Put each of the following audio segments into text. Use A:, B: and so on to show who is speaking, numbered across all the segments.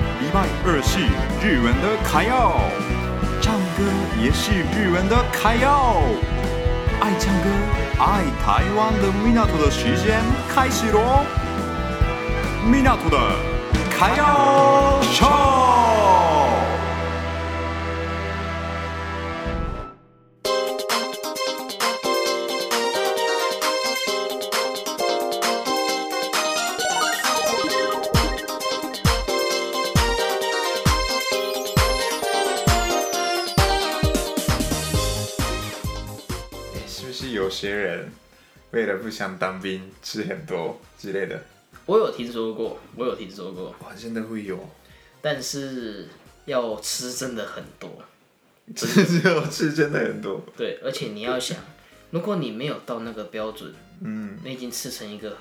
A: 二是日文的卡要，唱歌也是日文的卡要。爱唱歌、爱台湾的米纳托的时间开始喽！米纳托的卡要秀。
B: 是不是有些人为了不想当兵吃很多之类的？
C: 我有听说过，我有听说过，
B: 哇，真的会有，
C: 但是要吃真的很多。
B: 吃之后吃真的很多。
C: 对，而且你要想，如果你没有到那个标准，嗯，你已经吃成一个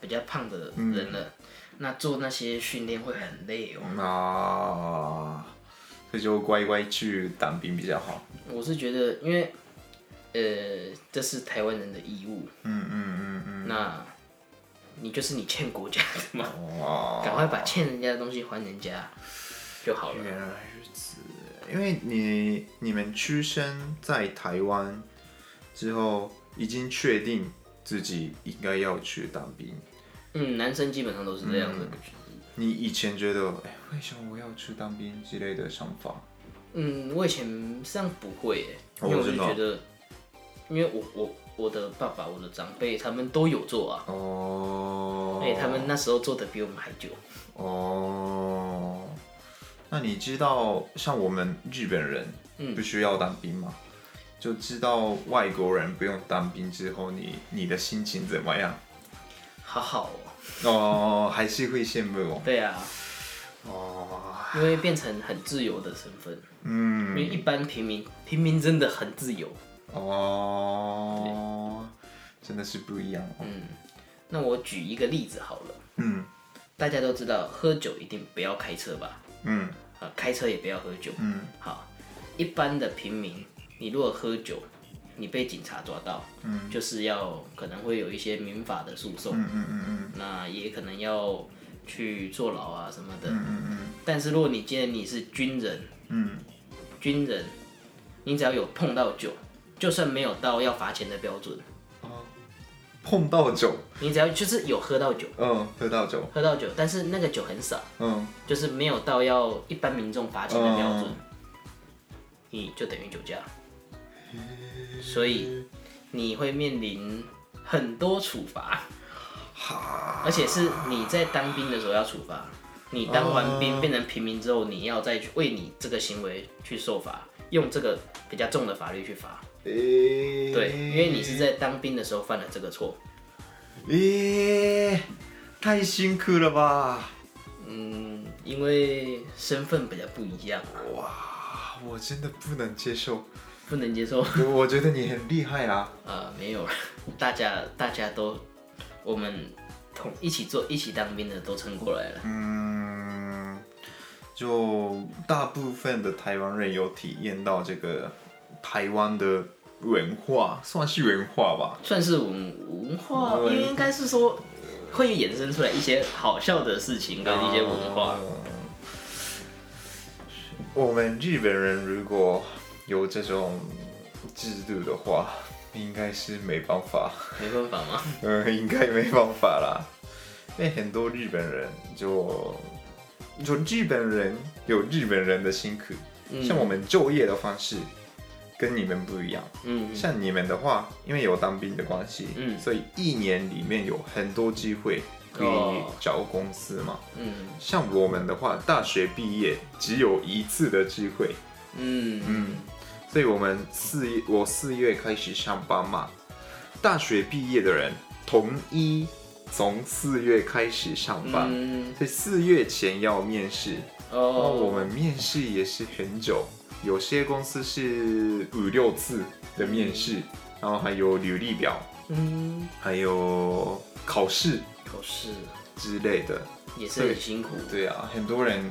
C: 比较胖的人了，
B: 嗯
C: 那做那些训练会很累哦。
B: 啊，所以就乖乖去当兵比较好。
C: 我是觉得，因为呃，这是台湾人的义务，
B: 嗯嗯嗯
C: 那你就是你欠国家的嘛，
B: 嗯， 哇，
C: 赶快把欠人家的东西还人家就好了。
B: 原来如此。因为你你们出生在台湾之后，已经确定自己应该要去当兵。
C: 嗯，男生基本上都是这样的。
B: 你以前觉得，哎、为什么我要去当兵之类的想法？
C: 嗯，我以前这样不会耶，
B: 哦
C: 因为我就
B: 真的哦
C: 觉得，因为我我我的爸爸、我的长辈他们都有做啊，
B: 哦，
C: 哎、他们那时候做的比我们还久。
B: 哦，那你知道像我们日本人
C: 嗯
B: 不需要当兵吗？就知道外国人不用当兵之后，你你的心情怎么样？
C: 好好哦，
B: 哦，还是会羡慕
C: 对啊，
B: 哦。哦，
C: 因为变成很自由的身份，因为
B: 嗯，
C: 一般平民平民真的很自由。
B: 哦，真的是不一样哦。
C: 嗯，那我举一个例子好了，
B: 嗯
C: 大家都知道喝酒一定不要开车吧？
B: 嗯
C: 啊，开车也不要喝酒。
B: 嗯
C: 好，一般的平民，你如果喝酒，你被警察抓到，嗯，就是要可能会有一些民法的诉讼，
B: 嗯嗯嗯嗯
C: 那也可能要去坐牢啊什么的。
B: 嗯嗯
C: 但是如果你今天你是军人，
B: 嗯，
C: 军人，你只要有碰到酒，就算没有到要罚钱的标准，
B: 碰到酒，
C: 你只要就是有喝到酒，
B: 嗯，喝到酒，
C: 喝到酒，但是那个酒很少，
B: 嗯，
C: 就是没有到要一般民众罚钱的标准，
B: 嗯
C: 你就等于酒驾，所以你会面临很多处罚，
B: 哈，
C: 而且是你在当兵的时候要处罚，你当完兵变成平民之后，你要再去为你这个行为去受罚，用这个比较重的法律去罚。
B: 诶，
C: 对，因为你是在当兵的时候犯了这个错，
B: 诶、太辛苦了吧！
C: 嗯，因为身份比较不一样啊，
B: 哇，我真的不能接受。
C: 不能接受。
B: 我我觉得你很厉害啊啦。
C: 呃，没有了， 大家大家都，我们同一起做一起当兵的都撑过来了。
B: 嗯，就大部分的台湾人有体验到这个台湾的文化，算是文化吧。
C: 算是文文化，
B: 文化
C: 因为应该是说会衍生出来一些好笑的事情跟一些文化。
B: 呃哦我们日本人如果有这种制度的话，应该是没办法。
C: 没办法嘛。
B: 嗯，应该没办法啦，因为很多日本人就就日本人有日本人的辛苦，
C: 嗯
B: 像我们就业的方式跟你们不一样。
C: 嗯
B: 像你们的话，因为有当兵的关系，
C: 嗯
B: 所以一年里面有很多机会可以
C: 哦
B: 找公司嘛。
C: 嗯
B: 像我们的话，大学毕业只有一次的机会，
C: 嗯
B: 嗯，所以我们四月我四月开始上班嘛，大学毕业的人统一从四月开始上班，
C: 嗯
B: 所以四月前要面试。那
C: 哦，
B: 我们面试也是很久，有些公司是五六次的面试，然后还有履历表，
C: 嗯
B: 还有考试
C: 考试
B: 之类的。
C: 也是很辛苦。
B: 对啊，很多人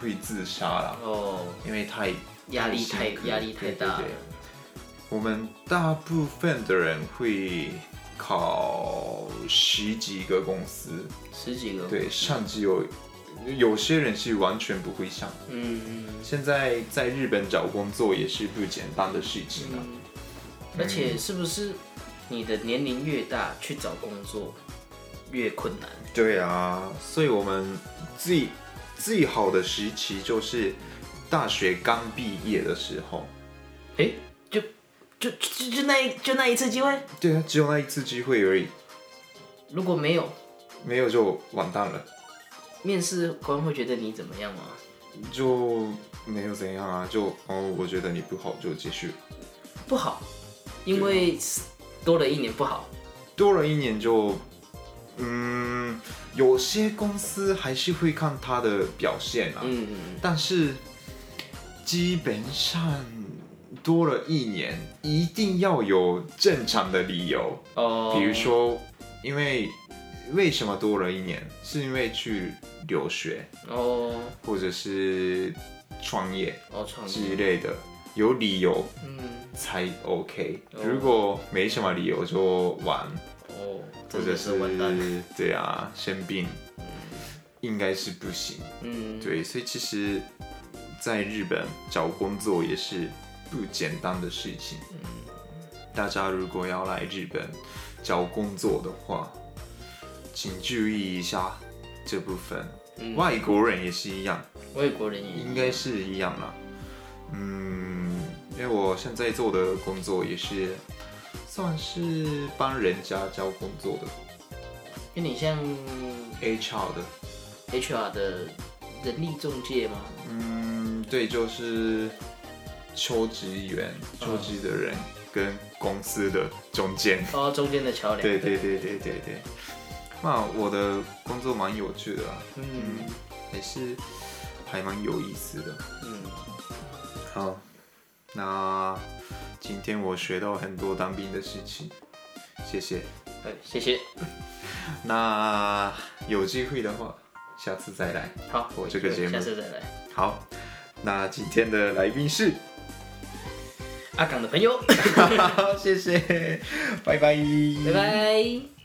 B: 会自杀啦，
C: 哦，
B: 因为太
C: 压力太
B: 辛苦
C: 压力太大
B: 对
C: 了
B: 对对。我们大部分的人会考十几个公司，
C: 十几个嗯
B: 对，上只有有些人是完全不会想的。
C: 嗯，
B: 现在在日本找工作也是不简单的事情啊。
C: 嗯而
B: 嗯
C: 且是不是你的年龄越大，去找工作越困难？
B: 对啊，所以我们最最好的时期就是大学刚毕业的时候。
C: 哎、就就就就那一就那一次机会，
B: 对啊，只有那一次机会而已，
C: 如果没有
B: 没有就完蛋了，
C: 面试官会觉得你怎么样吗？
B: 就没有怎样啊，就哦，我觉得你不好就结束。
C: 不好，因为
B: 啊
C: 多了一年不好。
B: 多了一年就，嗯，有些公司还是会看他的表现啊，
C: 嗯嗯
B: 但是基本上多了一年，一定要有正常的理由，
C: 嗯哦，
B: 比如说，因为为什么多了一年，是因为去留学
C: 哦
B: 或者是创业
C: 哦创
B: 之
C: 业，
B: 类的，有理由
C: 嗯
B: 才 OK，
C: 哦
B: 如果没什么理由就完。
C: 哦，
B: 或
C: 真
B: 者
C: 的
B: 是
C: 是完蛋。
B: 对啊，生病应该是不行。
C: 嗯，
B: 对，所以其实，在日本找工作也是不简单的事情。
C: 嗯
B: 大家如果要来日本找工作的话，请注意一下这部分。
C: 嗯
B: 外国人也是一样，
C: 外国人也
B: 应该是一样啦。嗯，因为我现在做的工作也是算是帮人家找工作的。
C: 有点像
B: HR 的，
C: HR 的人力中介吗？
B: 嗯，对，就是求职员、求职的人跟公司的中间。
C: 哦，中间的桥梁。
B: 对对对对对对。那我的工作蛮有趣的啊，
C: 嗯
B: 还是还蛮有意思的。
C: 嗯，
B: 好，那今天我学到很多当兵的事情，谢谢。
C: 哎，谢谢。
B: 那有机会的话，下次再来。
C: 好，
B: 我这个节目
C: 下次再来。
B: 好，那今天的来宾是。
C: 阿港的朋友，
B: 好，谢谢，拜拜，
C: 拜拜。